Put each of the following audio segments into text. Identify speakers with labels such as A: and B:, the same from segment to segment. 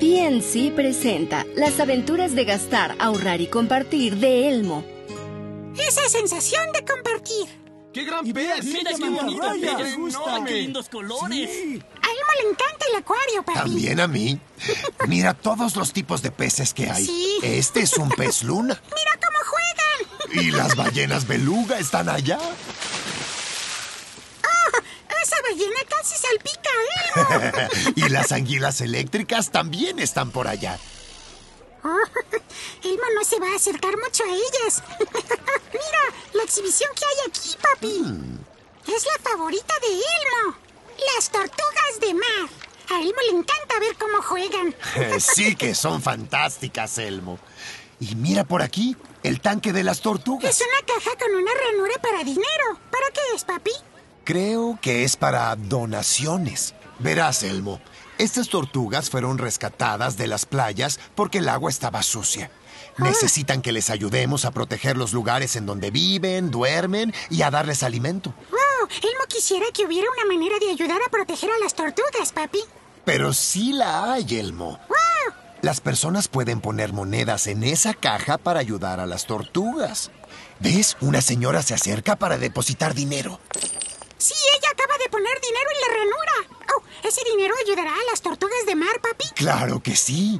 A: PNC presenta Las aventuras de gastar, ahorrar y compartir de Elmo.
B: Esa sensación de compartir.
C: ¡Qué gran pez!
D: Mira qué bonita pez. No, qué lindos colores.
B: A Elmo le encanta el acuario, papi.
E: También a mí. Mira todos los tipos de peces que hay.
B: Sí.
E: Este es un pez luna.
B: Mira cómo juegan.
E: Y las ballenas beluga están allá.
B: Oh, esa ballena casi salpica a Elmo.
E: y las anguilas eléctricas también están por allá.
B: Oh, Elmo no se va a acercar mucho a ellas. Mira la exhibición que hay aquí, papi.
E: Mm.
B: Es la favorita de Elmo. Las tortugas de mar. A Elmo le encanta ver cómo juegan.
E: sí que son fantásticas, Elmo. Y mira por aquí, el tanque de las
B: Es
E: tortugas.
B: una caja con una ranura para dinero. ¿Para qué es, papi?
E: Creo que es para donaciones. Verás, Elmo, estas tortugas fueron rescatadas de las playas porque el agua estaba sucia.
D: Ah.
E: Necesitan que les ayudemos a proteger los lugares en donde viven, duermen y a darles alimento.
B: Wow, Elmo quisiera que hubiera una manera de ayudar a proteger a las tortugas, papi.
E: Pero sí la hay, Elmo.
B: ¡Wow!
E: Las personas pueden poner monedas en esa caja para ayudar a las tortugas. ¿Ves? Una señora se acerca para depositar dinero.
B: Sí, ella acaba de poner dinero en la ranura. Oh, ese dinero ayudará a las tortugas de mar, papi.
E: Claro que sí.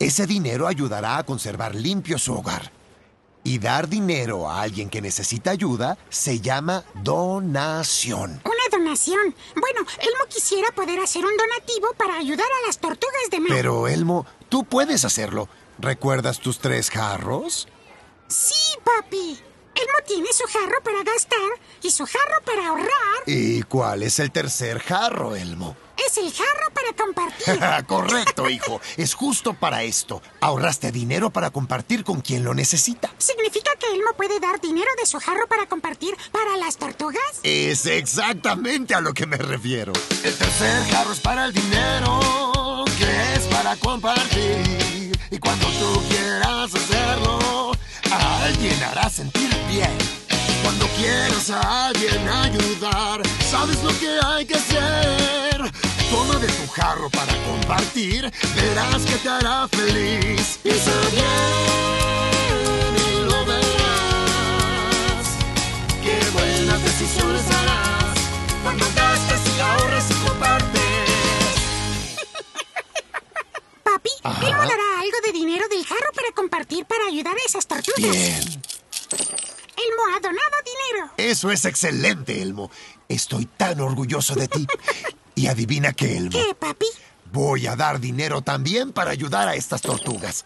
E: Ese dinero ayudará a conservar limpio su hogar. Y dar dinero a alguien que necesita ayuda se llama donación.
B: Una donación. Bueno, Elmo quisiera poder hacer un donativo para ayudar a las tortugas de mar.
E: Pero, Elmo, tú puedes hacerlo. ¿Recuerdas tus tres jarros?
B: Sí, papi. Elmo tiene su jarro para gastar y su jarro para ahorrar.
E: ¿Y cuál es el tercer jarro, Elmo?
B: Es el jarro para compartir.
E: Correcto, hijo. Es justo para esto. Ahorraste dinero para compartir con quien lo necesita.
B: ¿Significa que Elmo puede dar dinero de su jarro para compartir para las tortugas?
E: Es exactamente a lo que me refiero. El tercer jarro es para el dinero, que es para compartir. Y cuando tú quieras hacerlo, a alguien hará sentir bien. Cuando quieras a alguien ayudar, sabes lo que hay que hacer. Toma de tu jarro para compartir, verás que te hará feliz. Piensa bien y lo verás. Qué buenas decisiones harás cuando gastas y ahorras y compartes.
B: Papi, Elmo dará algo de dinero del jarro para compartir para ayudar a esas tortugas.
E: Bien,
B: Elmo ha donado dinero.
E: eso es excelente, Elmo. Estoy tan orgulloso de ti. Y adivina qué, Elmo.
B: ¿Qué, papi?
E: Voy a dar dinero también para ayudar a estas tortugas.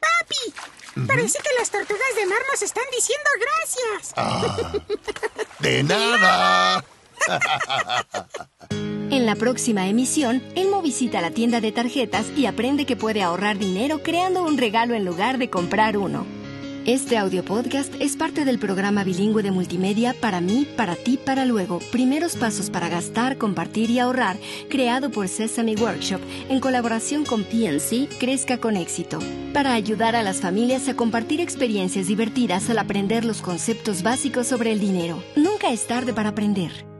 B: ¡Papi! Parece que las tortugas de mar nos están diciendo gracias.
E: De nada.
A: En la próxima emisión, Elmo visita la tienda de tarjetas y aprende que puede ahorrar dinero creando un regalo en lugar de comprar uno. Este audio podcast es parte del programa bilingüe de multimedia Para mí, para ti, para luego. Primeros pasos para gastar, compartir y ahorrar, creado por Sesame Workshop en colaboración con PNC Crezca con éxito, para ayudar a las familias a compartir experiencias divertidas al aprender los conceptos básicos sobre el dinero. Nunca es tarde para aprender.